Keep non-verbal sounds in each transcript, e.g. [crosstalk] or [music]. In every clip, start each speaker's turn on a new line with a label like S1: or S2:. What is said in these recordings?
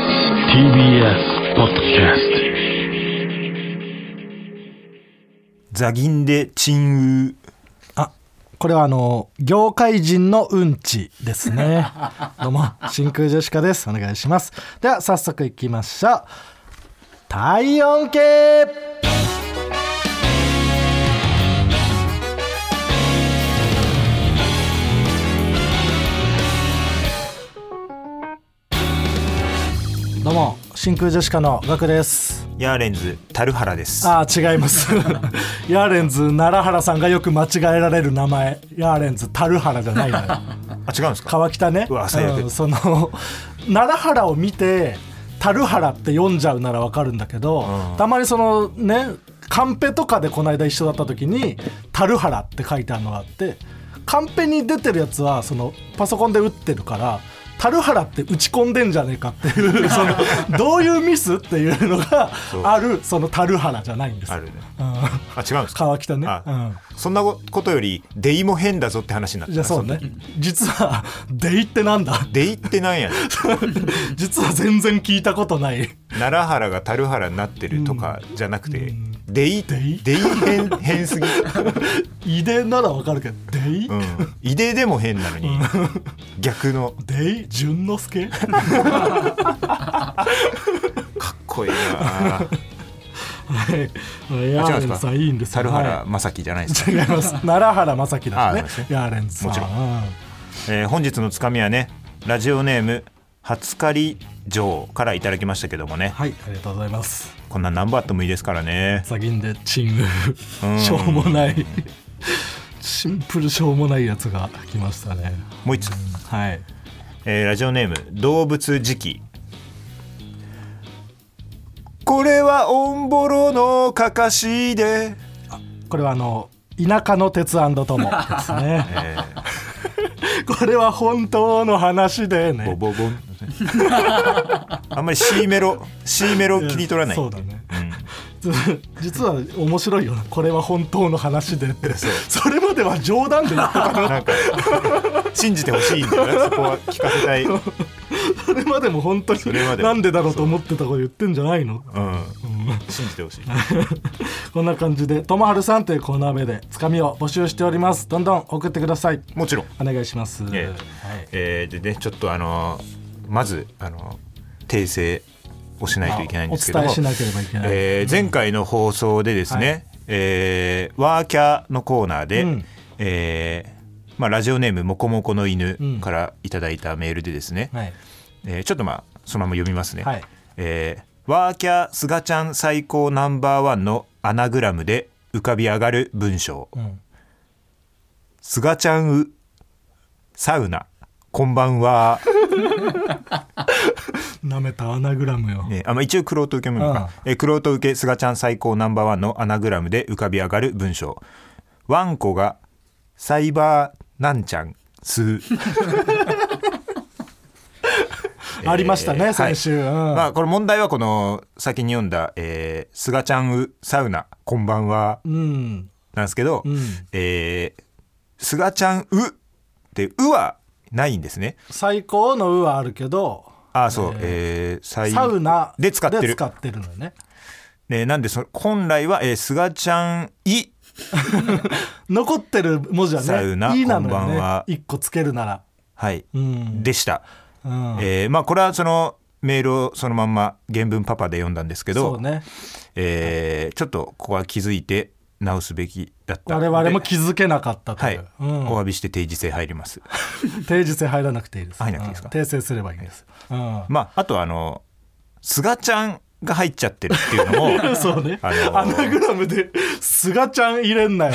S1: TBS ポッドキャス
S2: ザギンで鎮
S3: これはあの業界人のうんちです
S2: [laughs]
S3: ねどうも真空ジェシカですお願いしますでは早速いきましょう体温計どうも真空ジェシカのガクです
S2: ウヤーレンズ樽原です
S3: ああ違います [laughs] ヤーレンズ奈良原さんがよく間違えられる名前ヤーレンズ樽原じゃないのよ
S2: あ違うんですか
S3: 川北ね
S2: うわ最悪
S3: んその [laughs] 奈良原を見て樽原って読んじゃうならわかるんだけど、
S2: うん
S3: たまにそのねカンペとかでこの間一緒だった時に「樽原」って書いてあるのがあってカンペに出てるやつはそのパソコンで打ってるから「樽原」って打ち込んでんじゃねえかって
S2: [laughs]
S3: いうそのどういうミスっていうのが
S2: そう
S3: あるその樽原じゃないんですよ
S2: あるね
S3: うん
S2: あ違うんですか
S3: 川北ね、う
S2: あ
S3: ん、
S2: そんなことより「デイも変だぞ」って話になった
S3: じゃあそうね実は「デイってなんだ?」
S2: 「デイってなんやねん
S3: [laughs] 実は全然聞いたことない
S2: 奈良原が樽原になってるとかじゃなくて
S3: うん
S2: 「デイ
S3: デイ
S2: デイ変変すぎ」
S3: 遺伝ならわかるけど「デイ」
S2: うん「いで」でも変なのに逆の
S3: デイ淳之介
S2: かっこい
S3: [laughs]
S2: いな
S3: はいヤ
S2: あ違うん
S3: ー
S2: で
S3: レン
S2: す
S3: さ
S2: か
S3: んいいんですよ
S2: 猿原 [laughs]
S3: は
S2: 正樹じゃないです
S3: い違います奈良原正樹
S2: あー
S3: だね
S2: そうですね
S3: ヤーレンさん
S2: もちろん
S3: うん
S2: えー本日のつかみはねラジオネーム初狩り城からいただきましたけどもね
S3: はいありがとうございます
S2: こんな何本あってもいいですからね
S3: 詐欺んでチー
S2: うん
S3: ムしょうもないシンプルしょうもないやつが来ましたね
S2: もう一つ、
S3: はい
S2: えーラジオネーム動物時期これはオンボロのかかしで、
S3: これはあの田舎の鉄友です
S2: [laughs]
S3: ね
S2: え
S3: [laughs]
S2: ー
S3: これは本当の話でね
S2: ボボボンあんまり C メロ C メロ切り取らない
S3: そうだね
S2: うん
S3: [laughs] 実は面白いよなこれは本当の話でってそれまでは冗談で言っ
S2: [laughs]
S3: てた
S2: なんか信じてほしいんだ [laughs] よなそこは聞かせたい、うん、
S3: それまでも本当に
S2: れまでも
S3: なんでだろうと思ってたこと言ってんじゃないの
S2: 信じてほしい
S3: こんな感じで「ともはるさん」というコーナー名でつかみを募集しておりますどんどん送ってください
S2: もちろん
S3: お願いします、
S2: ええ
S3: はい
S2: えーでねちょっとあのーまずあの訂正をしないといけないんですけども
S3: あお伝えしなければいけない
S2: えー前回の放送でですね、
S3: はい
S2: えーワーキャーのコーナーで、
S3: うん
S2: えーまあ、ラジオネームもこもこの犬
S3: うん
S2: からいただいたメールでですね、
S3: はい、
S2: えーちょっとまあそのまま読みますね、
S3: はい
S2: えーワーキャーすがちゃん最高ナンバーワンのアナグラムで浮かび上がる文章
S3: うん、
S2: すがちゃんうサウナこんばんは
S3: 舐めたアナグラムよ、
S2: ね、あまあ一応クロート受けもいいのか、えー、クロート受けすがちゃん最高ナンバーワンのアナグラムで浮かび上がる文章ワンコがサイバーなんちゃんす
S3: ありましたね、
S2: えー
S3: 先週、うん
S2: まあこれ問題はこの先に読んだえー「すがちゃんうサウナこんばんは
S3: うん」
S2: なんですけど、
S3: うん
S2: えーすがちゃんうって「う」はないんですね
S3: 最高の「う」はあるけど
S2: ああそう、えーサイ
S3: サウナ
S2: で使って
S3: で
S2: る
S3: 使ってるのよね
S2: ね、なんでそ本来は、えー、すがちゃんい
S3: 残ってる文字はね
S2: サウナ
S3: いいなのよ
S2: こんばんは
S3: ね一個つけるなら
S2: はい、
S3: うん
S2: でした、
S3: うん
S2: えーまあこれはそのメールをそのまんま原文パパで読んだんですけ
S3: そ
S2: ど、
S3: うね
S2: えーちょっとここは気づいて直すべきだったの
S3: 我
S2: で
S3: 々も気づけなかったと
S2: はいい、
S3: う、うん
S2: お詫びして定時制入ります
S3: 定時制入らなくていいです
S2: 入らなくていいですか
S3: うん訂正すればいいんです、うん
S2: まああとあのすがちゃんが入っちゃってるっていうのも
S3: [laughs] そうね、
S2: あの
S3: アナグラムで「すがちゃん入れんなよ」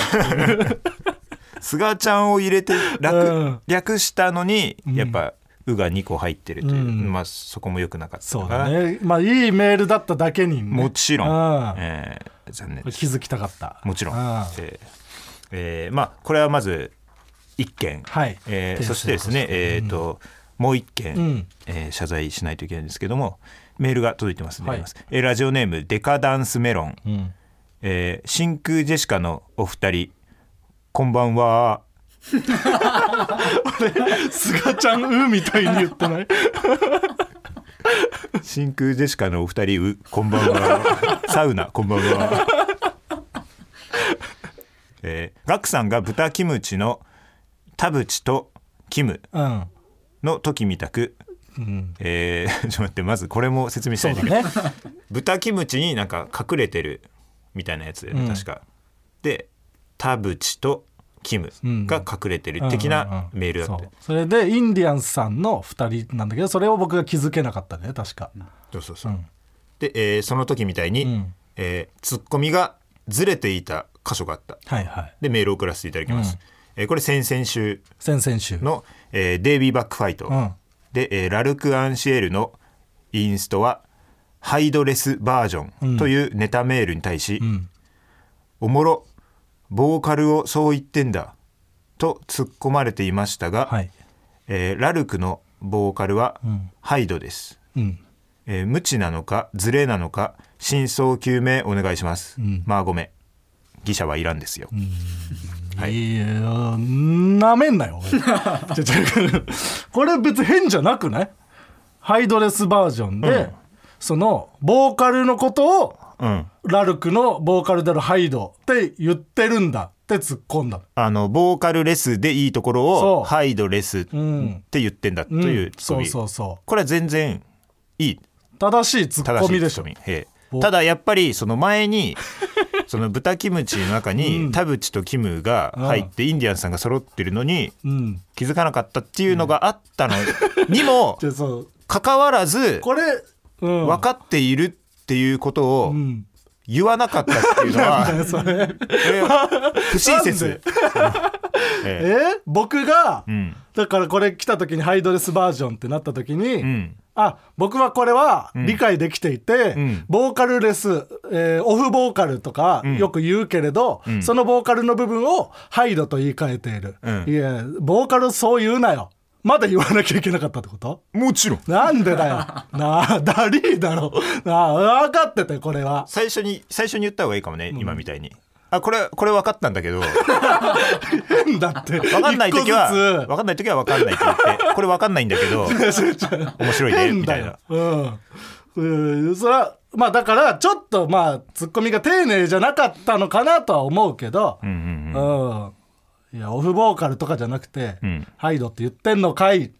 S2: すがちゃんを入れて略,、
S3: うん
S2: 略したのにやっぱ「う」が2個入ってるという、
S3: うん
S2: まあそこも良くなかった
S3: そう
S2: のかな
S3: だねまあいいメールだっただけにね、
S2: もちろん、
S3: うん
S2: えー残念です
S3: 気づきたかった
S2: もちろん、
S3: う
S2: えーえーまあこれはまず1件、
S3: はい
S2: えー
S3: 訂正
S2: そしてですね、
S3: として
S2: えーともう1件、
S3: うん
S2: えー謝罪しないといけないんですけどもメールが届いてますので、
S3: はい
S2: えーラジオネームデカダンスメロン、
S3: うん
S2: えー真空ジェシカのお二人こんばんは [laughs]
S3: すがちゃん「う」みたいに言ってない
S2: 真空ジェシカのお二人うこんばんはサウナこんばんは、えー、ガクさんが豚キムチの田淵とキム
S3: うん
S2: の時みたく、えーちょっと待ってまずこれも説明した
S3: そ
S2: い
S3: うん
S2: だ
S3: だ
S2: けど、
S3: ね
S2: 豚キムチになんか隠れてるみたいなやつだよね、
S3: うん
S2: 確かで田淵とキムが隠れてる的なメールだっ
S3: うん
S2: て
S3: うんうん、そうそれでインディアンスさんの2人なんだけどそれを僕が気づけなかったね確か、
S2: そうそうそう、で、えーその時みたいに、
S3: うん
S2: えーツッコミがずれていた箇所があった
S3: はいはい
S2: でメールを送らせていただきます、えーこれ先々週
S3: 先々週
S2: の、えーデイビーバックファイト、
S3: うん
S2: で、えーラルク・アンシエルのインストはハイドレスバージョンというネタメールに対し、
S3: ん
S2: おもろボーカルをそう言ってんだと突っ込まれていましたが、
S3: はい
S2: えーラルクのボーカルはハイドです、
S3: うん
S2: えー無知なのかズレなのか真相究明お願いします、まあごめん記者はいらんですよ、はい
S3: いやなめんなよ俺 [laughs] ちょちょこれ別に変じゃなくないハイドレスバージョンで、
S2: うん
S3: そのボーカルのことを
S2: うん
S3: ラルクのボーカルであるハイドって言ってるんだって突っ込んだ
S2: あのボーカルレスでいいところ
S3: そ
S2: を
S3: う
S2: ハイドレスって
S3: ん
S2: 言ってんだと
S3: ん
S2: いうツッコ
S3: そう
S2: ミ、
S3: そうそ
S2: これは全然いいう
S3: 正しいツッ
S2: 正
S3: コ
S2: し
S3: ミ
S2: い
S3: で
S2: ツ
S3: し
S2: ッ
S3: ょ
S2: コミええただやっぱりその前
S3: [laughs]
S2: にその豚キムチの中に田淵とキムが入ってインディアンスさんが揃ってるのに
S3: うん
S2: 気づかなかったっていうのがあ
S3: [laughs]
S2: ったのにも
S3: じゃあそう
S2: かかわらず
S3: これ、うん、
S2: 分かっているっていうことを
S3: うん
S2: 言わなかったっていうの
S3: [laughs]
S2: は
S3: それ
S2: これ不親
S3: な
S2: 切
S3: んで。え
S2: ええ
S3: 僕が、
S2: うん
S3: だからこれ来た時にハイドレスバージョンってなった時に、
S2: うん
S3: あ僕はこれは理解できていて、
S2: うん
S3: ボーカルレス、えーオフボーカルとか
S2: ん
S3: よく言うけれど、
S2: ん
S3: そのボーカルの部分をハイドと言い換えている、
S2: うん
S3: いやボーカルそう言うなよまだ言わなきゃいけなかったってこと
S2: もちろん
S3: なん
S2: [laughs]
S3: でだよなあダリーだろなあ分かっててこれは
S2: 最初に最初に言った方がいいかもね、今みたいに。あこれこれ分かったんだ
S3: [laughs]
S2: けど
S3: 変だって
S2: 分かんない時は
S3: 一個
S2: 分かんない時は分かんないって言
S3: [laughs]
S2: ってこれ分かんないんだけど
S3: ずつ
S2: 面白いね
S3: 変
S2: みた
S3: だ
S2: いな
S3: よ。うん。うん、それはまあだからちょっとまあツッコミが丁寧じゃなかったのかなとは思うけど、
S2: う
S3: うん
S2: うんん
S3: いやオフボーカルとかじゃなくて、
S2: うん
S3: ハイドって言ってんのかいっ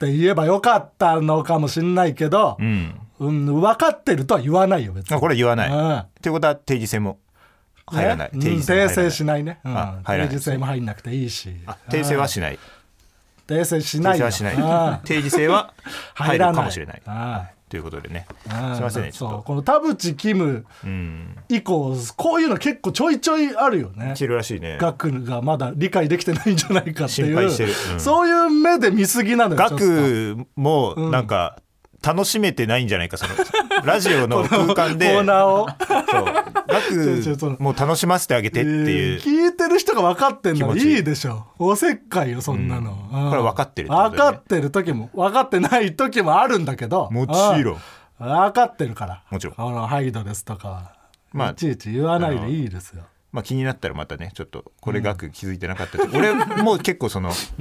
S3: て言えばよかったのかもしんないけど
S2: う、ん
S3: うん分かってるとは言わないよ別
S2: あ
S3: に。
S2: これ言わない。
S3: うん
S2: ってことは定義性も入らない。
S3: ね
S2: 定
S3: うん
S2: 義性も入ら
S3: 訂
S2: ない
S3: 正しないね、うん
S2: あ入らない
S3: 定時制も入んなくていいし
S2: あ訂正はしない。
S3: 訂正し
S2: 訂
S3: ない
S2: 正
S3: よ
S2: はしない
S3: うん。
S2: 定義性は入
S3: 入らな
S2: る
S3: い
S2: かもしれない。
S3: あ
S2: ということでね。すみ
S3: あ
S2: ませんねちょっ
S3: そう
S2: と。
S3: この田淵キム
S2: うん。
S3: 以降こういうの結構ちょいちょいあるよね
S2: してるらしいね。
S3: ガクがまだ理解できてないんじゃないかっていう
S2: 心配してるうん
S3: そういう目で見すぎなのよ
S2: ガ
S3: ちょっ
S2: クもなんか楽しめてないんじゃないかそのラジオ
S3: [laughs]
S2: の空間
S3: と
S2: で。
S3: コーナーを
S2: そうガ
S3: ちょちょそ
S2: ク
S3: の
S2: もう楽しませてあげてっていう。
S3: 聞いてる人が分かってんなら
S2: 気持ち
S3: いいでしょおせっかいよそんなの、うん
S2: これ分かってるってことだよ
S3: 分
S2: ね
S3: かってる時も分かってない時もあるんだけど
S2: もちろん
S3: うん分かってるから
S2: もちろん
S3: このハイドですとかは、
S2: まあ
S3: いちいち言わないでいいですよ
S2: まあ、気になったらまたねちょっとこれガク気づいてなかったって、俺も結構その,、そ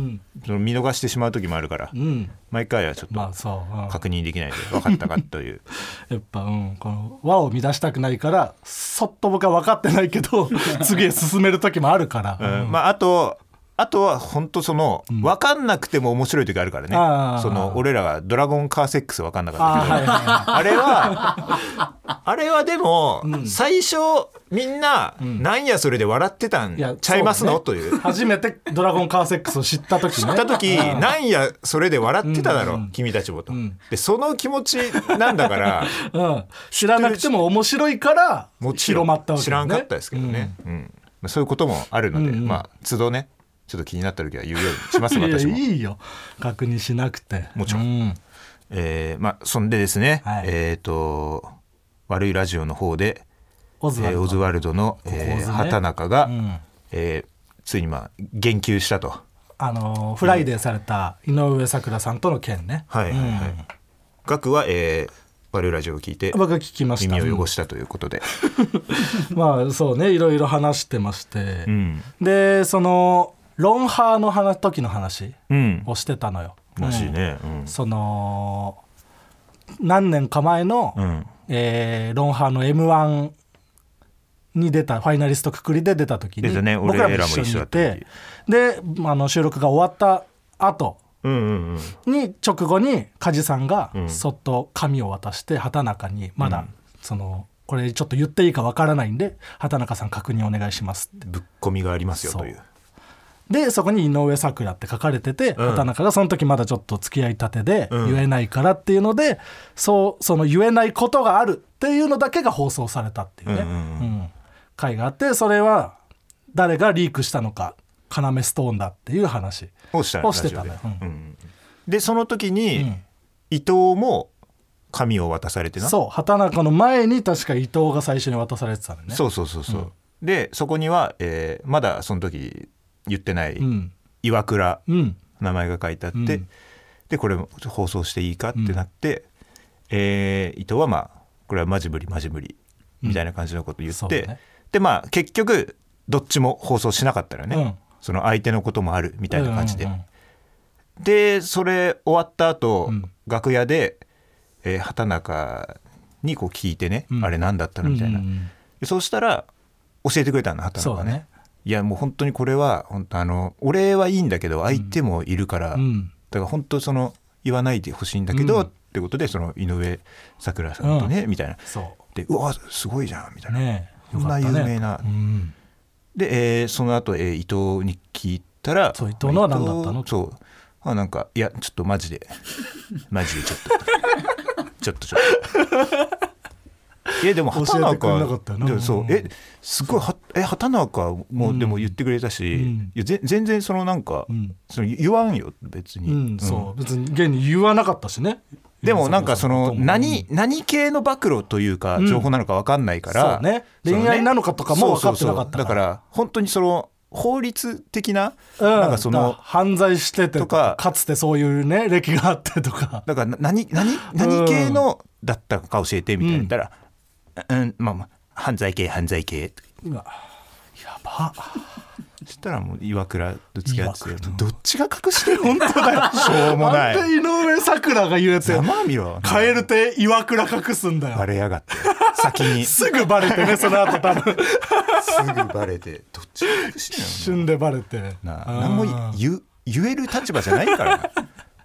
S2: の見逃してしまう時もあるから、
S3: うん
S2: 毎回はちょっと
S3: まあそう、うん
S2: 確認できないで分かったかという
S3: やっぱ、うん、この和を乱したくないからそっと僕は分かってないけど次へ進める時もあるから、
S2: うんまああとあとは本当その分かんなくても面白い時あるからね、
S3: あー
S2: その俺らが「ドラゴンカーセックス」分かんなか
S3: あ
S2: ったけど
S3: ーはいはいは
S2: あれはあれはでも、最初みんな、なんやそれで笑ってたん
S3: いや
S2: ちゃいますの、
S3: そうね
S2: という
S3: い初めてドラゴンカーセックスを知った時ね
S2: 行った時
S3: うん
S2: なんやそれで笑ってただろ、君たちもと、でその気持ちなんだから
S3: [laughs] うん、知らなくても面白いから
S2: もちろ
S3: 広
S2: ん、
S3: まったわけ、ね、
S2: 知らんかったですけどね、うんまあそういうこともあるので、まあ都度ねちょっと気になった時は言うようにします
S3: [laughs] いや
S2: 私も。
S3: いいよ確認しなくて
S2: もちろん
S3: うん
S2: えーまあそんでですね、
S3: はい
S2: えっ、と悪いラジオの方で
S3: オズワ
S2: え
S3: ル
S2: ー
S3: ド
S2: オズワルドの、えー
S3: オズね
S2: 畑中が、
S3: うん
S2: えーついにまあ言及したと。
S3: あのーフライデーされた井上咲楽さんとの件ね、
S2: はいはいはい。額は、えー悪いラジオを聞いて
S3: 僕は聞きました
S2: 耳を汚したということで。
S3: うんまあそうねいろいろ話してまして、
S2: うん
S3: でそのロンハーの話時の話
S2: うん。
S3: をしてたのよ、
S2: らしいね。
S3: その何年か前の、
S2: うん
S3: えーロンハーの m 1に出たファイナリストくくりで出た時に
S2: 出たね
S3: 僕らも
S2: 俺らも
S3: 一緒に
S2: 一緒だ
S3: い
S2: った
S3: てであの収録が終わった後
S2: うんうんうん
S3: に直後に梶さんが
S2: うん
S3: そっと紙を渡して畑中にまだ、そのこれちょっと言っていいかわからないんで畑中さん確認お願いしますって
S2: ぶっ込みがありますよという
S3: そうでそこに「井上咲楽」って書かれてて、
S2: うん
S3: 畑中がその時まだちょっと付き合いたてで
S2: うん
S3: 言えないからっていうので、そうその言えないことがあるっていうのだけが放送されたっていうね、
S2: うんうんう
S3: うん回があってそれは誰がリークしたのか要ストーンだっていう話
S2: をした
S3: をしてたのよ
S2: ラジオで
S3: うん
S2: うんでその時に、
S3: うん
S2: 伊藤も紙を渡されてな
S3: そう畑中の前に確か伊藤が最初に渡されてたのね
S2: そうそうそうそうでそこには、えーまだその時言ってない、
S3: うん
S2: 岩倉
S3: うん
S2: 名前が書いてあって、
S3: うん
S2: でこれも放送していいかってなって、えー伊藤はまあこれはマジ無理マジ無理みたいな感じのこと言
S3: そ
S2: っ
S3: う
S2: て、
S3: だね
S2: でまあ結局どっちも放送しなかったのよね、
S3: うん
S2: その相手のこともあるみ
S3: み
S2: たいな感じで、でそれ終わった後、
S3: うん
S2: 楽屋で、えー畑中にこう聞いてね、
S3: うん
S2: あれ何だったのみたいな、そうしたら教えてくれたの畑
S3: そ
S2: 中
S3: う
S2: がね
S3: だね
S2: いやもう本当にこれは本当あの俺はいいんだけど相手もいるから、
S3: うん
S2: だから本当その言わないでほしいんだけど、
S3: うん
S2: ってことでその井上咲楽さんとね、みたいな
S3: そ
S2: でうわすごいじゃんみたいうな、
S3: ねえ
S2: こんな有名な
S3: うん
S2: で、えーその後、えー伊藤に聞いたら
S3: そう伊藤のは何だったの
S2: 伊藤そうあなんかいやちょっとマジで [laughs] マジでちょっとちょっとちょっと。いやでも畑
S3: 教えてくれなか
S2: 中
S3: ったよな
S2: でもそうえすごいはえ畑中もでも言ってくれたし、
S3: うん
S2: いやぜ全然そのなんか、
S3: うん
S2: その言わんよ別に、
S3: うんそう別に現に言わなかったしね
S2: でもなんかその
S3: うん
S2: 何何系の暴露というか
S3: うん
S2: 情報なのか分かんないから、
S3: そうね
S2: その
S3: 恋愛なのかとかも分かってなかったか
S2: そうそうそう
S3: ら
S2: だから本当にその法律的な、
S3: うん
S2: なんかそ
S3: だら
S2: の
S3: 犯罪しててと
S2: とか
S3: かかつてそういうね歴があってと
S2: [laughs]
S3: か
S2: だからな何何何系のだったか教えてみたいな言ったら、うんまあまあ犯罪系犯罪系
S3: うわやば
S2: そしたらもう岩倉と付き合って
S3: 岩
S2: て
S3: 倉
S2: どっちが隠してる本当だよ
S3: [laughs]
S2: しょうもな
S3: なん
S2: い
S3: で井上咲楽が言えて
S2: ざまみろ
S3: カエルって岩倉隠すんだ
S2: バ
S3: よ
S2: レやがって先にす
S3: [laughs] すぐバレてねその後多
S2: [laughs]
S3: 分
S2: ぐバレてどっちが隠してる
S3: 一
S2: の
S3: 瞬でバレて
S2: な
S3: うん
S2: 何も言う言える立場じゃないから [laughs] な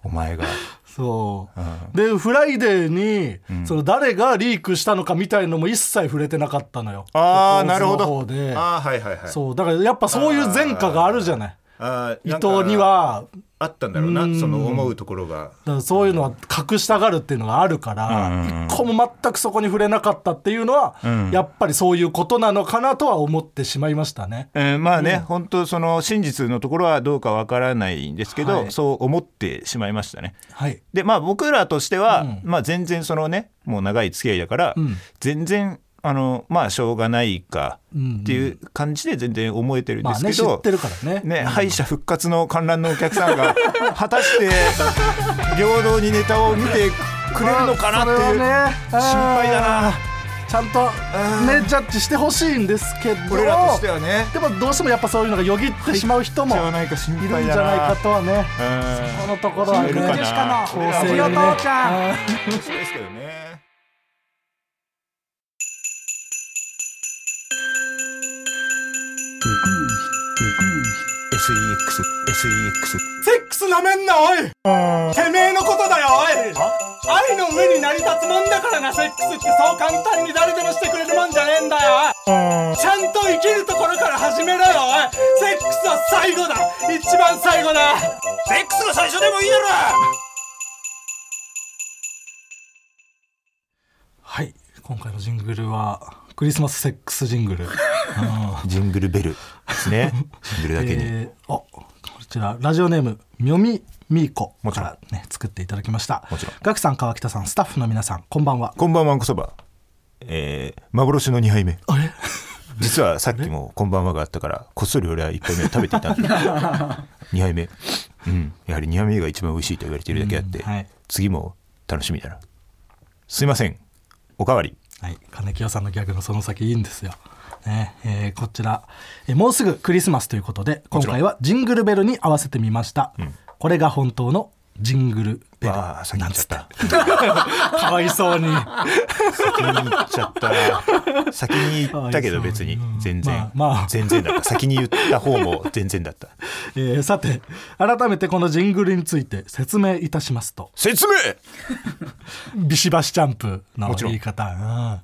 S2: お前が
S3: そう、で「フライデーに」その誰がリークしたのかみたいのも一切触れてなかったのよ
S2: ああ
S3: 構図
S2: なるほ
S3: の
S2: ど
S3: 方で
S2: ああはいはいはい
S3: そうだからやっぱそういう前科があるじゃない
S2: あー
S3: 伊
S2: なんか
S3: 藤には
S2: あったんだろうなその思うところが
S3: だからそういうのは隠したがるっていうのがあるから、
S2: うんうんうん
S3: 一個も全くそこに触れなかったっていうのは、
S2: ん
S3: やっぱりそういうことなのかなとは思ってしまいましたね。
S2: えーまあね、本当その真実のところはどうかわからないんですけど、
S3: はい
S2: そう思ってしまいましたね
S3: はい、
S2: でまあ僕らとしては、
S3: うん
S2: まあ全然そのねもう長い付き合いだから、
S3: うん
S2: 全然あのまあしょうがないかっていう感じで全然思えてるんで
S3: まあ
S2: す
S3: ね
S2: け
S3: 知
S2: ど、
S3: ってるからね。
S2: ね、敗者復活の観覧のお客さんが果た [laughs] して平等にネタを見てくれるのかなっていう
S3: まあそ
S2: 心
S3: れはね
S2: 配だな
S3: ちゃんとねジャッジしてほしいんですけど
S2: 俺らとしてはね
S3: でもどうしてもやっぱそういうのがよぎってしまう人も
S2: じゃ
S3: い
S2: あ
S3: る
S2: ないか心
S3: んじゃな
S2: 配
S3: い
S2: だな
S3: かとはね
S2: うん
S3: このところはね
S2: いるかな
S1: 女子か
S3: 公
S1: な
S2: 俺ら
S3: 正
S1: ひ
S2: も
S3: にね
S1: よ父ちゃん
S2: 面白いですけどね
S3: セックスなめんなおいてめえのことだよおい愛の上に成り立つもんだからなセックスってそう簡単に誰でもしてくれるもんじゃねえんだよちゃんと生きるところから始めろよおいセックスは最後だ一番最後だセックスが最初でもいいだろはい今回のジングルはクリスマスセックスジングル
S2: ジングルベルですねジングルだけに、
S3: えーおこちらラジオネームみょみみーこ
S2: もち
S3: か
S2: ろん
S3: ら、ね、作っていただきました
S2: もちろん
S3: ガクさん川北さんスタッフの皆さんこんばんは
S2: こんばんはんこそばえー幻の2杯目
S3: あれ
S2: 実はさっきも「こんばんは」があったからこっそり俺は1杯目食べていたんだ2
S3: [laughs]
S2: 杯目うんやはり2杯目が一番美味しいと言われているだけあって、
S3: うんはい
S2: 次も楽しみだなすいませんおかわり
S3: はい金清さんのギャグのその先いいんですよねえーこちら、えーもうすぐクリスマスということで今
S2: ちろん
S3: 回はジングルベルに合わせてみました、これが本当のジングルベル
S2: ああ先に言っちゃった
S3: かわいそうに
S2: [laughs] 先に言っちゃった先に言ったけ
S3: [laughs]
S2: ど別に全然、
S3: まあまあ
S2: 全然だった先に言った方も全然だった
S3: えーさて改めてこのジングルについて説明いたしますと
S2: 説明
S3: ビシバシチャンプの
S2: もちろん
S3: 言い方うん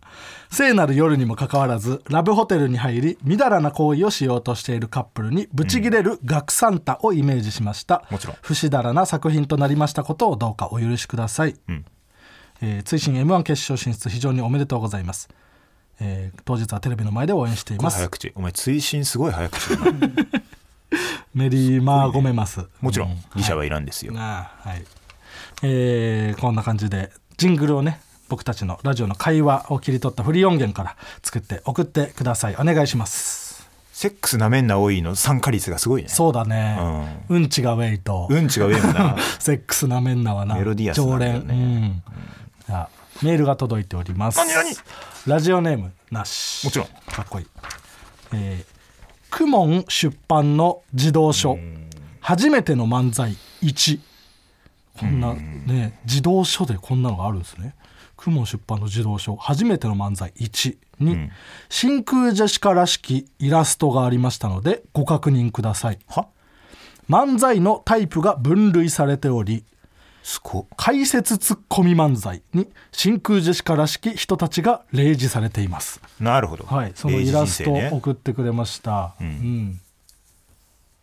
S3: 聖なる夜にもかかわらずラブホテルに入りみだらな行為をしようとしているカップルにブチギレる学サンタをイメージしました
S2: もちろん
S3: 不死だらな作品となりましたことをどうかお許しください、
S2: ん
S3: えー追伸 m 1決勝進出非常におめでとうございます、えー当日はテレビの前で応援しています
S2: 早口お前追伸すごい早口だな
S3: メリーマーゴメマス、
S2: もちろん利者はいらんですよ、
S3: ああはいえーこんな感じでジングルをね僕たちのラジオの会話を切り取ったフリー音源から作って送ってくださいお願いします
S2: セックスなめんな多いの参加率がすごいね
S3: そうだね、うん、ちがウェイと、
S2: うんちが上も
S3: [laughs]
S2: な
S3: セックスなめんなはな
S2: メロディアスな
S3: 常
S2: んだよ
S3: 連、
S2: ね
S3: うんじゃあメールが届いております
S2: 何何
S3: ラジオネームなし
S2: もちろん
S3: かっこいいえークモン出版の児童書初めての漫才1こんなね児童書でこんなのがあるんですねクモン出版の児童書初めての漫才1に、真空ジェシカらしきイラストがありましたのでご確認ください
S2: は
S3: 漫才のタイプが分類されており
S2: すご
S3: 解説ツッコミ漫才に真空ジェシカらしき人たちが例示されています
S2: なるほど
S3: はい、その
S2: 明治
S3: イラスト
S2: 人生ね
S3: を送ってくれました。うん。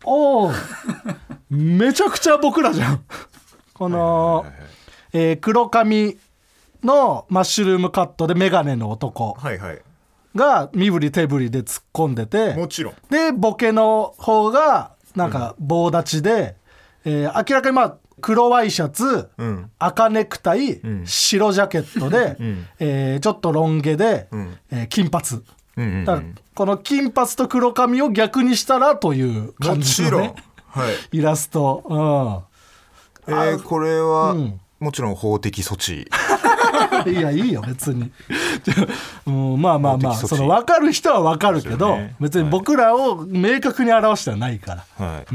S3: おお、 [laughs] めちゃくちゃ僕らじゃん。 [laughs] この、えー黒髪のマッシュルームカットでメガネの男
S2: はいはい
S3: が身振り手振りで突っ込んでて、
S2: もちろん
S3: でボケの方がなんか棒立ちで、えー明らかにまあ黒ワイシャツ、
S2: ん
S3: 赤ネクタイ、
S2: ん
S3: 白ジャケッ
S2: [laughs]
S3: トで、えーちょっとロン毛で、
S2: ん
S3: えー金髪、
S2: うんうんうん
S3: だからこの金髪と黒髪を逆にしたらという感じの、ね、
S2: はい
S3: イラスト、う
S2: えーこれは、
S3: うん
S2: もちろん法的措 [laughs] 置
S3: [laughs] ん、いやいいよ別
S2: [laughs]
S3: にちょもうまあまあまあ
S2: 法的措置
S3: その分かる人は分かるけ
S2: そうで
S3: ど、
S2: すよね
S3: 別に僕らを明確に表してはないから。
S2: はい、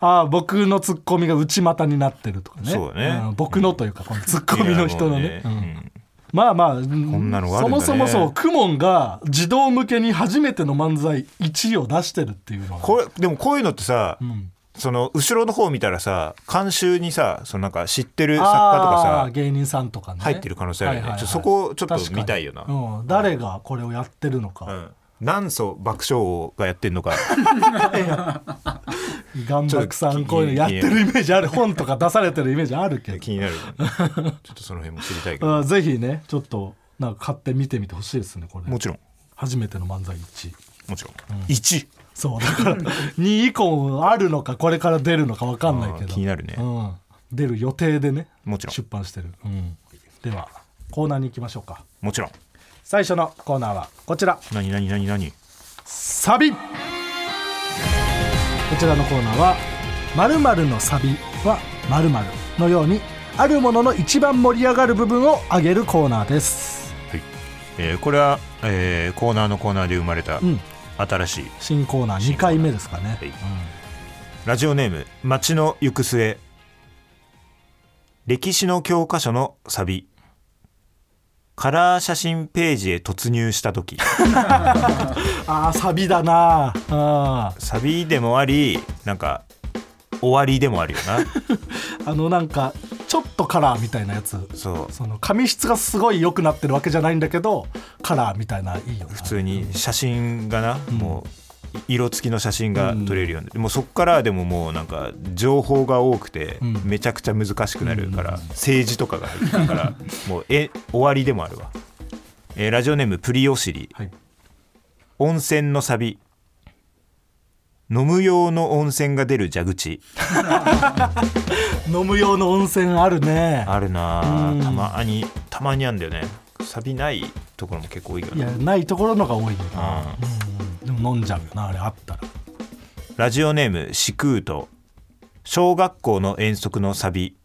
S3: ああ僕のツッコミが内股になってるとかね
S2: そうだね
S3: ん僕のというかこのツッコミの人の
S2: いや
S3: ね
S2: もう
S3: うんまあまあそ
S2: んなのがあるんだ
S3: も
S2: ね
S3: そもそうクモンが児童向けに初めての漫才1位を出してるっていうのが
S2: これでもこういうのってさ、
S3: ん
S2: その後ろの方見たらさ監修にさそのなんか知ってる作家とか
S3: ああ
S2: さ
S3: 芸人さんとかね
S2: 入ってる可能性あるよね
S3: はいはいはい
S2: ちょそこをちょっと
S3: 確かに
S2: 見たいよな
S3: うん、誰がこれをやってるの
S2: う
S3: か、
S2: ん何層爆笑王がやってんのか
S3: 岩爆さ
S2: ちょ
S3: ん
S2: っと
S3: こういうのやってるイメージある本とか出されてるイメージあるけど
S2: [laughs] 気に
S3: [laughs]
S2: なるよねちょっとその辺も知りたいけど
S3: うんぜひねちょっとなんか買って見てみてほしいですねこれ
S2: もちろん
S3: 初めての漫才1位。
S2: もちろん、1 [laughs]
S3: そうだから2以降あるのかこれから出るのか分かんないけ
S2: あー
S3: ど
S2: 気になるね
S3: うん、出る予定でね
S2: もちろん
S3: 出版してる、うん、ではコーナーに行きましょうか
S2: もちろん
S3: 最初のコーナーはこちら
S2: 何何何何
S3: サビこちらのコーナーは「〇〇のサビは〇〇のようにあるものの一番盛り上がる部分を上げるコーナーです
S2: はいえーこれは、えーコーナーのコーナーで生まれた
S3: ん
S2: 新しい
S3: 新コーナー2回目ですかね、
S2: はいラジオネーム「街の行く末」歴史の教科書のサビカラー写真ページへ突入した時
S3: ああサビだなあー
S2: サビでもありなんか終わりでもあるよ
S3: あのなんかちょっとカラーみたいなやつ
S2: なそう
S3: その髪質がすごい良くなってるわけじゃないんだけどカラーみたいないいよな
S2: 普通に写真がな、もう色付きの写真が撮れるようになって、もうそこからでももうなんか情報が多くて、
S3: ん
S2: めちゃくちゃ難しくなるから、政治とかが入ってくるから
S3: [laughs]
S2: もうえ終わりでもあるわ、えーラジオネームプリオシリ
S3: はい
S2: 温泉のサビ飲む用の温泉が出る蛇口
S3: 飲む用の温泉あるね
S2: あるなあ
S3: うん
S2: たまにたまにあんだよねサビないところも結構多いか
S3: い
S2: ら
S3: やないところのが多いよな
S2: うん
S3: でも飲んじゃうよなあれあったら
S2: ラジオネームシクート小学校の遠足のサビ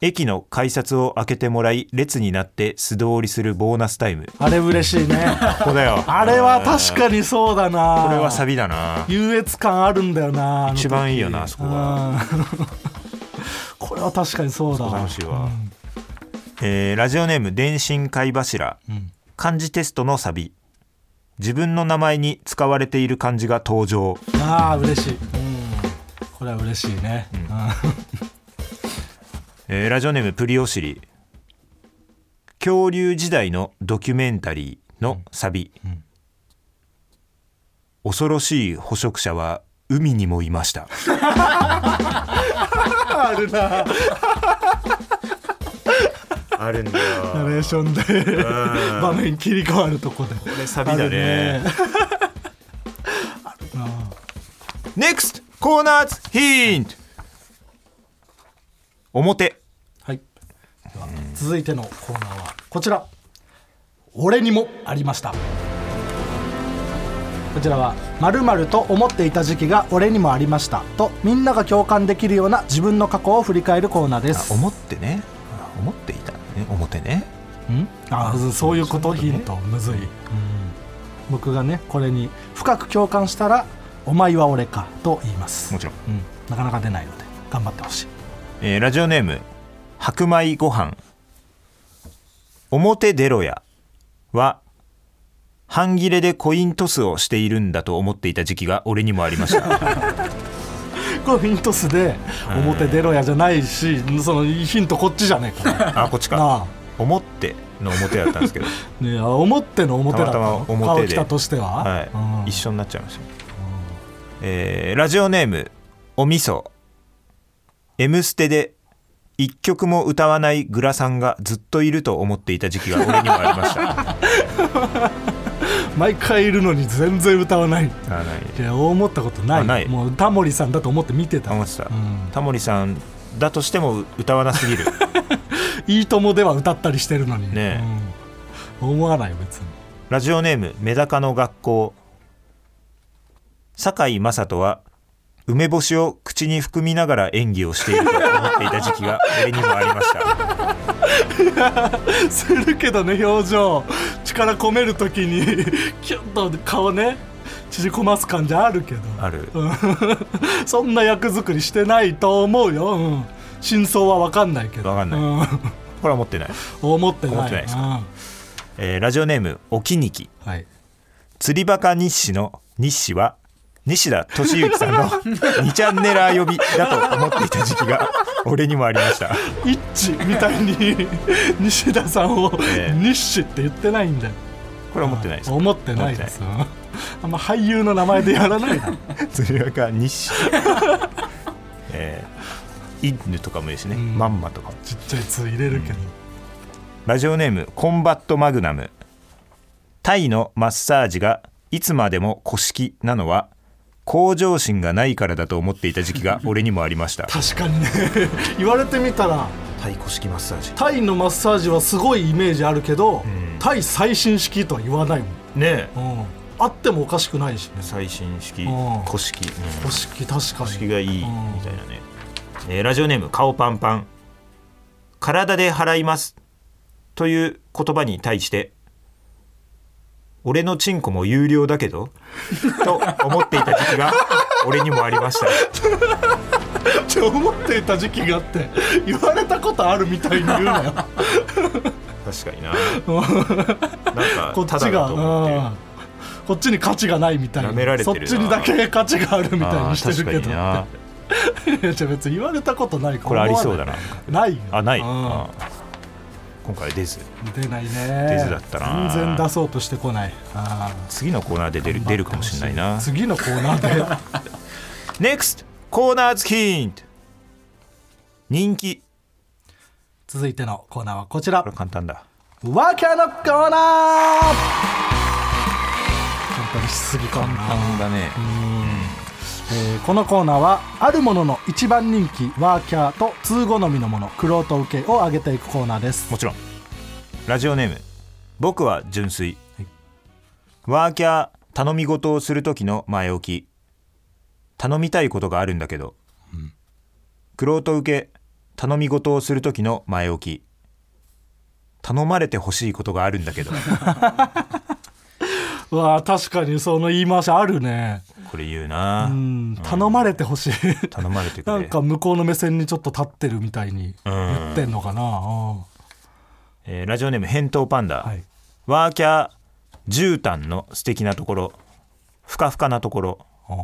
S2: 駅の改札を開けてもらい列になって素通りするボーナスタイム
S3: あれ嬉しいね
S2: ここだよ
S3: あれは確かにそうだな
S2: これはサビだな
S3: 優越感あるんだよなあの時
S2: 一番いいよなあそこは
S3: うん [laughs] これは確かにそうだわ
S2: 楽しいわ、えーラジオネーム電信貝柱、
S3: ん
S2: 漢字テストのサビ自分の名前に使われている漢字が登場
S3: ああ嬉しい、うん、これは嬉しいね、
S2: えーラジオネームプリオシリ恐竜時代のドキュメンタリーのサビ、恐ろしい捕食者は海にもいました
S3: あるな
S2: あるんだ
S3: ナレーションで [laughs] 場面切り替わるとこで
S2: サビだね
S3: あ
S2: NEXT コーナーズヒント表
S3: はいでは続いてのコーナーはこちら俺にもありましたこちらは「まると思っていた時期が俺にもありました」とみんなが共感できるような自分の過去を振り返るコーナーで
S2: あ
S3: す
S2: 思ってねあ思っていたのね表ね
S3: あそうそういうことヒントむずい、僕がねこれに深く共感したら「お前は俺か」と言います
S2: もちろん、
S3: うんなかなか出ないので頑張ってほしい
S2: えーラジオネーム白米ご飯表出ろやは半切れでコイントスをしているんだと思っていた時期が俺にもありました
S3: [laughs] これヒントスで「表出ろや」じゃないしそのヒントこっちじゃねえか
S2: あこっち
S3: なあ
S2: か思っての表だったん
S3: [laughs]
S2: ですけど、
S3: ねえあ思っての表だった
S2: たま
S3: の
S2: たま表で
S3: 川北としては、
S2: はい
S3: うん
S2: 一緒になっちゃいました、えーラジオネームおみそ「M ステ」で一曲も歌わないグラさんがずっといると思っていた時期が俺にもありま
S3: [laughs]
S2: した
S3: 毎回いるのに全然歌わない
S2: あない
S3: いや思ったことな
S2: あ
S3: い
S2: ない
S3: もうタモリさんだと思って見てた
S2: 思ってた、
S3: ん
S2: タモリさんだとしても歌わなすぎ
S3: [laughs]
S2: る
S3: いいともでは歌ったりしてるのに
S2: ね
S3: うん思わないよ別に
S2: ラジオネームメダカの学校堺井雅人は梅干しを口に含みながら演技をしていると思っていた時期
S3: [laughs]
S2: が俺にもありました
S3: するけどね表情力込めるときにキュッと顔ね縮こます感じあるけど
S2: ある
S3: [laughs] そんな役作りしてないと思うよ、うん真相は分かんないけど
S2: わかんない
S3: うん [laughs]
S2: これは持ってない、
S3: 思ってない
S2: 思ってないですか
S3: う
S2: えーラジオネームおきにき
S3: んはい、
S2: 釣りバカ日誌の日誌は西田敏行さんの
S3: [laughs]
S2: 2チャンネラー呼びだと思っていた時期が俺にもありました
S3: 一致みたいに [laughs] 西田さんを
S2: ええ
S3: 日誌って言ってないんだよ
S2: これは持ってないです
S3: 思ってないですうんあんま俳優の名 [laughs] 前でやらないだろ
S2: 釣りバカ日 [laughs] 誌えー、犬とかもいいしね、
S3: ん
S2: まんまとかも
S3: ちっちゃい「つ」入れるけど、
S2: ラジオネームコンバットマグナムタイのマッサージがいつまでも古式なのは向上心がないからだと思っていた時期が俺にもありました
S3: 確かにね [laughs] 言われてみたら
S2: タイ古式マッサージ
S3: タイのマッサージはすごいイメージあるけど、タイ最新式とは言わないも
S2: [laughs] ねえ
S3: ん、うん、あってもおかしくないしね
S2: 最新式
S3: うん
S2: 古式、うん
S3: 古式確かに
S2: 式がいいみたいなね、えーラジオネーム顔パンパン体で払いますという言葉に対して俺のチンコも有料だけどと思っていた時期が俺にもありました
S3: って思っていた時期があって言われたことあるみたいに言うなよ
S2: [laughs] 確かにななんか
S3: こったち
S2: だ
S3: が
S2: だと思ってる
S3: うんこっちに価値がないみたい
S2: 舐められて
S3: そっ
S2: るな
S3: ちにだけ価値があるみたい
S2: あ
S3: に
S2: ー
S3: して
S2: 確
S3: る
S2: か
S3: け
S2: に
S3: ど
S2: な
S3: いやじゃあ別に言われたことないから
S2: これありそうだな
S3: ないよ
S2: あない、
S3: うん
S2: あー今回出ず
S3: 出ないね
S2: 出ずだったな
S3: 全然出そうとしてこないあー
S2: 次のコーナーで出る出るかもしれないな
S3: 次のコーナー
S2: [laughs]
S3: で
S2: NEXT コーナーズヒント人気
S3: 続いてのコーナーはこちら
S2: これ簡単だ
S3: ワーキャーのコーナー簡単にしすぎかな
S2: だね
S3: えーこのコーナーはあるものの一番人気ワーキャーと通好みのものクロート受けを上げていくコーナーです
S2: もちろんラジオネーム僕は純粋、ワーキャー頼み事をする時の前置き頼みたいことがあるんだけど、くろと受け頼み事をする時の前置き
S3: [laughs]
S2: 頼まれてほしいことがあるんだけど
S3: うわー確かにその言い回しあるね
S2: これ言う
S3: う
S2: な、
S3: ん頼まれてほ [laughs] しい
S2: 頼まれてくれ
S3: なんか向こうの目線にちょっと立ってるみたいに
S2: うん
S3: 言ってんのかな、うん
S2: えーラジオネーム返答パンダ、
S3: はい、
S2: ワーキャー絨毯の素敵なところふかふかなところ
S3: うん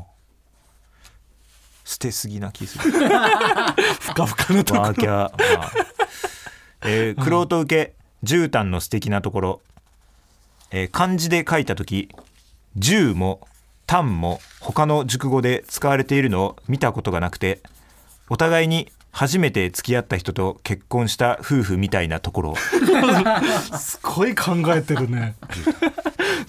S2: 捨てすぎな気する
S3: ふかふかのとこ
S2: ワーキャー、まあえー、クロ受け絨毯の素敵なところ、えー漢字で書いた時「絨」も「毯」も他の熟語で使われているのを見たことがなくてお互いに初めて付き合った人と結婚した夫婦みたいなところ
S3: すごい考えてるね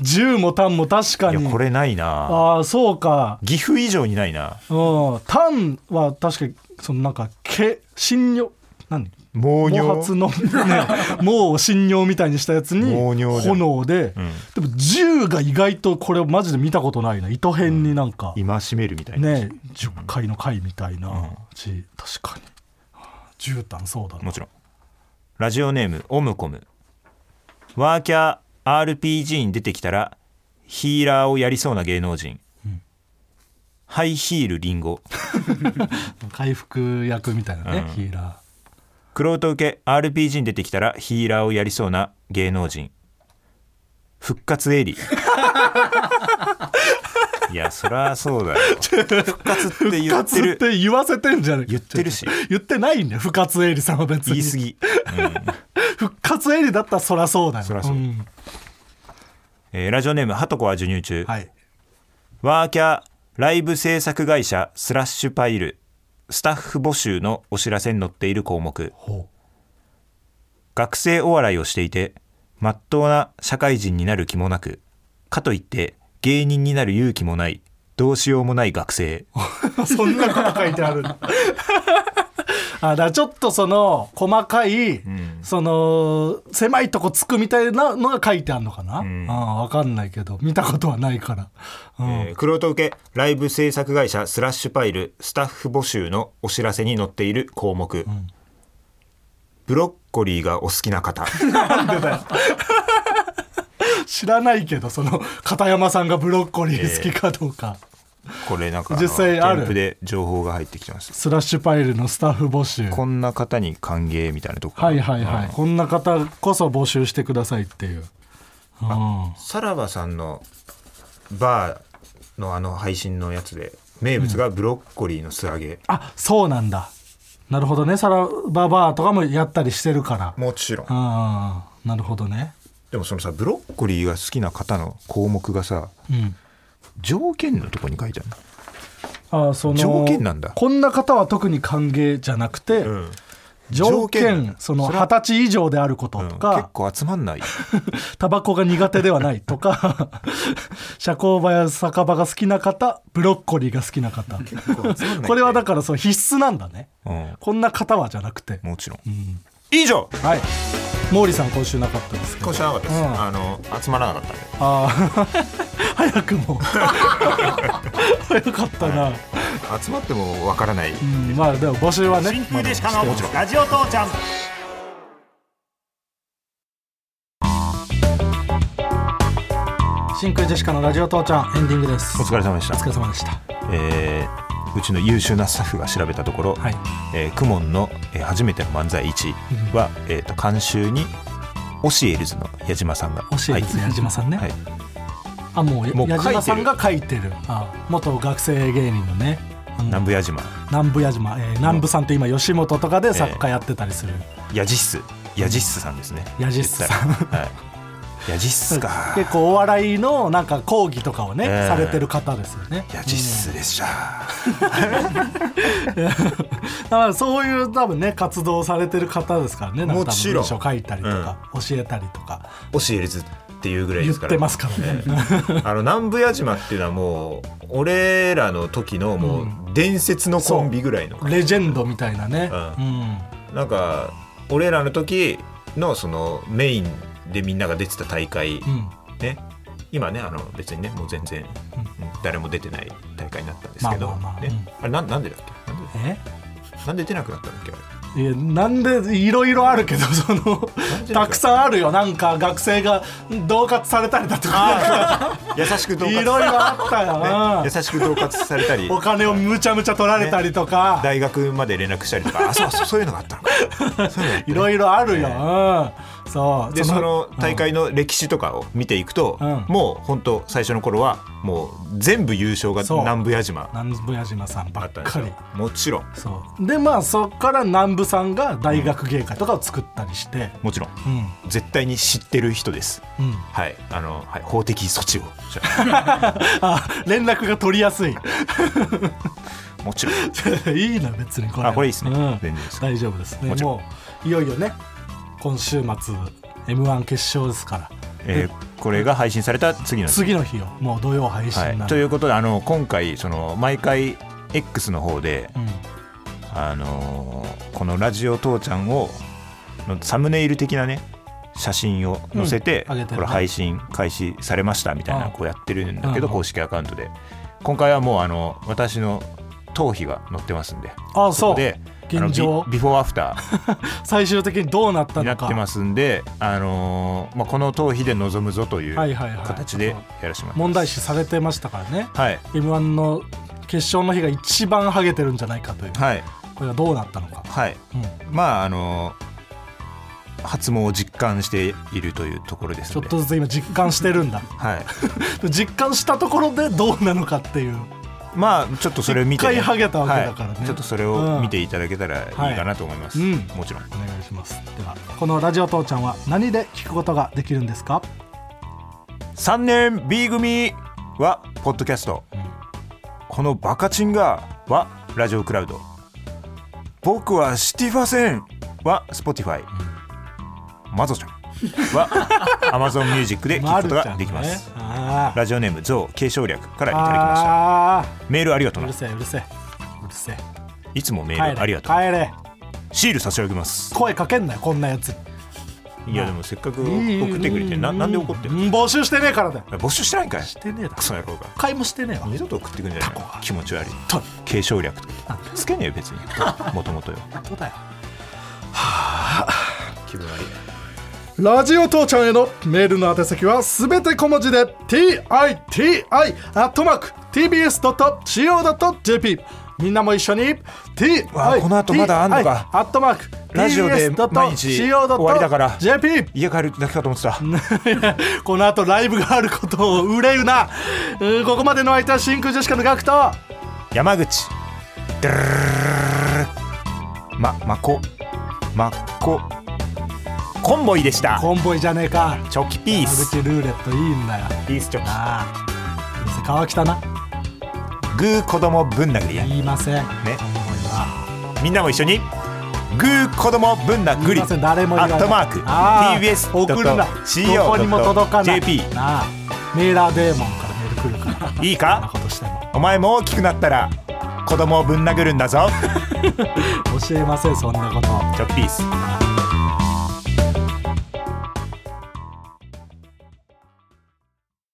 S3: 銃も単も確か
S2: いや
S3: に
S2: これないな
S3: ああそうか
S2: 岐阜以上にないな
S3: うん単は確かにそのなんか毛信尿何
S2: 毛
S3: 毛
S2: 尿
S3: 髪の、ね、毛を信尿みたいにしたやつに
S2: 毛尿だよ
S3: 炎で、
S2: うん
S3: でも銃が意外とこれマジで見たことないな糸編になんか、
S2: 今しめるみたいな、
S3: ね10回の回みたいな字、確かに絨毯そうだな
S2: もちろんラジオネームオムコムワーキャー RPG に出てきたらヒーラーをやりそうな芸能人、ハイヒールリンゴ
S3: 回復役みたいなね、
S2: うん
S3: ヒーラ
S2: クロート受け RPG に出てきたらヒーラーをやりそうな芸能人復活エ [laughs] リいやそりゃそうだよ復活って
S3: ー
S2: 言って
S3: 復
S2: る
S3: 活って言わせてんじゃねえ
S2: 言ってるし
S3: 言ってないんだよ不活エリさんは別に
S2: 言い過ぎ、うん
S3: 復活エリだったらそらそうだよ
S2: そらそうんえーラジオネームはとこは授乳中、
S3: はい
S2: ワーキャーライブ制作会社スラッシュパイルスタッフ募集のお知らせに載っている項目
S3: ほ
S2: 学生お笑いをしていてまっとうな社会人になる気もなくかといって芸人になる勇気もないどうしようもない学生
S3: うそんなこと書いてあるんだ [laughs] あだからちょっとその細かい、
S2: ん
S3: その狭いとこつくみたいなのが書いてあるのかな、
S2: ん
S3: あ分かんないけど見たことはないから、うん
S2: えー、黒人受けライブ制作会社スラッシュパイルスタッフ募集のお知らせに載っている項目、ブロッコリーがお好きな
S3: [laughs]
S2: 方
S3: 知らないけどその片山さんがブロッコリー好きかどうか、
S2: これなんかあの
S3: 実際ある
S2: 添付で情報が入ってきてます
S3: スラッシュパイルのスタッフ募集
S2: こんな方に歓迎みたいなとこ
S3: はいはいはい、
S2: うん
S3: こんな方こそ募集してくださいっていう、うん、
S2: さらばさんのバーのあの配信のやつで名物がブロッコリーの素揚げ、
S3: あそうなんだなるほどねサラババーとかもやったりしてるから
S2: もちろん
S3: ああなるほどね
S2: でもそのさブロッコリーが好きな方の項目がさ
S3: うん
S2: 条件のとこに書いてある
S3: あーその
S2: 条件なんだ
S3: こんな方は特に歓迎じゃなくて、
S2: の、条
S3: 条件
S2: 件なんだ
S3: その
S2: それは
S3: 二十歳以上であること
S2: うん
S3: と
S2: 結
S3: か、
S2: 構集まんない
S3: タバコが苦手ではないとか [laughs] 社交場や酒場が好きな方ブロッコリーが好きな方これはだからそう必須なんだね
S2: ら、うん
S3: こんな方はじゃなくて、
S2: もちろん
S3: うん、
S2: 以上
S3: はい毛利さん今週なかったですけど
S2: こうしなかったです、
S3: うん
S2: あの集まらなかったんで
S3: ああ [laughs] 早
S2: [laughs]
S3: くも早かったな、
S2: 集まってもわからない、
S3: うん、まあでも募集はね
S2: 真空でしか
S3: ま
S2: な
S3: だ
S2: もちろんラジオ父ちゃん
S3: 真空ジェシカのラジオ父ちゃんエンディングです
S2: お疲れ様でし
S3: お
S2: た
S3: 疲れ様でした
S2: えーうちの優秀なスタッフが調べたところ、
S3: はい
S2: えー、クモンの、えー初めての漫才1は、えー、と監修にオシエルズの矢島さんが
S3: 教えて
S2: は
S3: 矢島さんね、
S2: いはい、
S3: あもうや
S2: もう書い
S3: 矢
S2: てる
S3: 島さんが書いてるあ元学生芸人のね、うん
S2: 南部矢島
S3: 南部矢島、えー南部さんって今吉本とかで作家やってたりする、
S2: 矢実矢実さんですね
S3: 矢実さん
S2: 言ったらはい矢実か
S3: 結構お笑いのなんか講義とかをね、
S2: えー
S3: されてる方ですよね
S2: 矢実でした、
S3: だからそういう多分ね活動をされてる方ですからねなんか
S2: も
S3: 多
S2: ち
S3: 分
S2: ろん
S3: 文章書いたりとか、教えたりとか
S2: オシエルズっていうぐらいで
S3: 言っ
S2: すから
S3: てますからね、 [laughs]
S2: あの南部矢島っていうのはもう俺らの時のもう伝説のコンビぐらいの、
S3: レジェンドみたいなね、
S2: う
S3: うん
S2: なんか俺らの時のそのメインでみんなが出てた大会、
S3: うん
S2: ね、今ねあの別にねもう全然、うん誰も出てない大会になったんですけど
S3: まあまあまあ
S2: ねあれなんなんでだっけなんで
S3: え
S2: なんで出なくなったんだっけあ
S3: いやなんでいろいろあるけど [laughs] そ
S2: なん
S3: の
S2: ていうの
S3: たくさんあるよなんか学生が恫喝されたりだとか
S2: [laughs] 優しく恫喝
S3: いろいろ [laughs] あったよな、
S2: ね優しく恫喝された
S3: [laughs]
S2: り
S3: お金をむちゃむちゃ取られたりとか、
S2: 大学まで連絡したりとかあそうそうそういうのがあ
S3: [laughs]
S2: ったのかそういうのがあった
S3: いろいろあるよ、うんそう
S2: でその大会の歴史とかを見ていくと、
S3: うん
S2: もう本当最初の頃はもう全部優勝が
S3: そう
S2: 南部矢島
S3: 南部矢島さん
S2: あ
S3: ば
S2: っ
S3: った
S2: んです
S3: かり
S2: よもちろん
S3: そうでまあそっから南部さんが大学芸会とかを作ったりして
S2: もちろん
S3: うん
S2: 絶対に知ってる人です
S3: うん [laughs]
S2: はいあの、はい、法的措置を [laughs] じゃ
S3: あ連絡が取りやすい
S2: あもちろん
S3: [laughs] いいな別にこれ
S2: あこれいいですね
S3: うん
S2: 全然です
S3: 大丈夫ですね
S2: もちろん
S3: もういよいよね今週末 m 1決勝ですから
S2: えーこれが配信された次の日
S3: 次の日よもう土曜配信
S2: はい
S3: なん
S2: と
S3: で、
S2: いうことであの今回その毎回 X の方で、
S3: うん
S2: あのーこの「ラジオ父ちゃんを」のサムネイル的なね写真を載せて,、
S3: うん上げてるね
S2: これ配信開始されましたみたいな
S3: うん
S2: こうやってるんだけど、
S3: うん
S2: 公式アカウントで今回はもうあの私の頭皮が載ってますんで
S3: あそ
S2: こ
S3: う
S2: であの
S3: 現状
S2: ビビフォーアフタ
S3: 最終的にどうなった
S2: ーにな
S3: の
S2: っ
S3: か
S2: てますんで、あのーまあ、この頭皮で臨むぞという
S3: はいはいはい
S2: 形でやらせてもらってます
S3: 問題視されてましたからね
S2: はい、
S3: m 1の決勝の日が一番ハゲてるんじゃないかという
S2: はい
S3: これがどうなったのか、
S2: はい
S3: うん
S2: まああの発毛を実感しているというところです
S3: ちょ
S2: ので
S3: っとずつ今実感してるんだ
S2: はい、
S3: 実感したところでどうなのかっていう
S2: まあちょっとそれを見て、
S3: 一回ハゲたわけだからね
S2: はいちょっとそれを見ていただけたらいいかなと思います、
S3: うん
S2: もちろん
S3: お願いしますではこの「ラジオ父ちゃん」は何で聞くことができるんですか
S2: 3年 B 組はポッドキャスト、このバカチンガーはラジオクラウド僕はシティファセンは Spotify、マゾちゃんは Amazon ミュージックで聞くことができます、
S3: まるちゃんねあー
S2: ラジオネームゾウ継承略からいただきました
S3: あ
S2: メールありがと
S3: ー
S2: う
S3: う
S2: な
S3: るせえうるせえうるせえ
S2: いつもメー
S3: 帰
S2: ル
S3: れ
S2: ありがとう
S3: 帰れ
S2: シール差し上げます
S3: 声かけんなよこんなやつ
S2: いやでもせっかく送ってくれてななんで怒ってる
S3: うん募集してねえからだよ
S2: 募集してないんかい
S3: してねえだろ
S2: クソ野郎が
S3: 買いもしてねえわ
S2: 二度と送ってくんじゃないの
S3: タコが
S2: 気持ち悪い
S3: と
S2: 継承略とかつけねえよ別にもともとよ
S3: とだよ
S2: 気分悪い
S3: ラジオ父ちゃんへのメールの宛先はすべて小文字で TITI.tbs.co.jp みんなも一緒に TI
S2: わこの後まだあんのか
S3: TI.tbs.co.jp
S2: ラジオで毎日終わりだから
S3: JP
S2: 家帰るだけかと思ってた
S3: [laughs] この後ライブがあることを憂うなうんここまでの相手は真空ジェシカのガクト
S2: 山口ドゥルルルルルままこまこコンボイでした
S3: コンボイじゃねえか
S2: チョキピース
S3: 口ルーレットいいんだよ
S2: ピースチョキ
S3: なあどうせ川北な
S2: グー子供ぶん殴りや
S3: 言いませんね
S2: ね
S3: コンボイは
S2: みんなも一緒にグー子供ぶん殴り
S3: すいません誰も
S2: ア
S3: 言わない
S2: ットマーク
S3: あー送るなどこにも届かない
S2: TBS.CO.JP
S3: なあメーラーデーモンからメール来るから
S2: いい
S3: そんな
S2: か
S3: ことしても
S2: お前も大きくなったら子供をぶん殴るんだぞ
S3: 教えませんそんなこと
S2: チョキピース
S3: なあ